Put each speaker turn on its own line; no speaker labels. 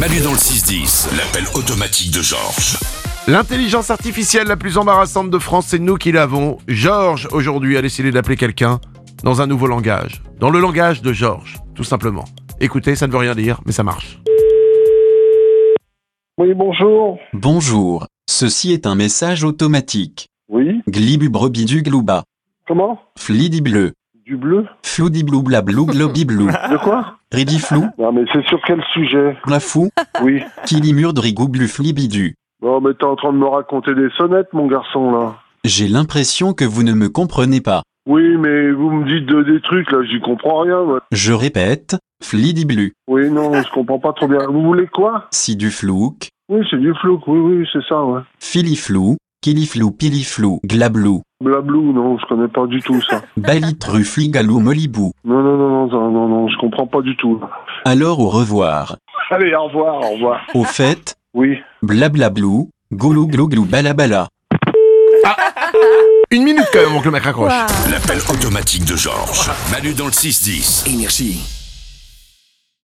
Manu dans le 6-10, l'appel automatique de Georges.
L'intelligence artificielle la plus embarrassante de France, c'est nous qui l'avons. Georges, aujourd'hui, a décidé d'appeler quelqu'un dans un nouveau langage. Dans le langage de Georges, tout simplement. Écoutez, ça ne veut rien dire, mais ça marche.
Oui, bonjour.
Bonjour, ceci est un message automatique.
Oui,
Glibu brebidu glouba.
comment
Flidi bleu.
Du bleu
Floudi bloubla blou globi blou.
De quoi
Ridi flou,
Non, mais c'est sur quel sujet
la fou,
Oui.
kilimur de rigou blu flibidu.
Bon, mais t'es en train de me raconter des sonnettes, mon garçon, là.
J'ai l'impression que vous ne me comprenez pas.
Oui, mais vous me dites de- des trucs, là, j'y comprends rien, moi.
Je répète, flidi blu,
Oui, non, je comprends pas trop bien. Vous voulez quoi
si du flouk,
Oui, c'est du flou, oui, oui, c'est ça, ouais.
filiflou, kiliflou piliflou, glablou,
Blablou, non, je connais pas du tout ça.
balitru fligalou molibou.
Non, non, non, non, non, non, non, je comprends pas du tout. là.
Alors au revoir.
Allez, au revoir, au revoir.
Au fait,
Oui.
blablablou, goulou glou glou balabala.
Une minute quand même avant que le mec raccroche.
L'appel automatique de Georges. Manu dans le 6-10. Énergie.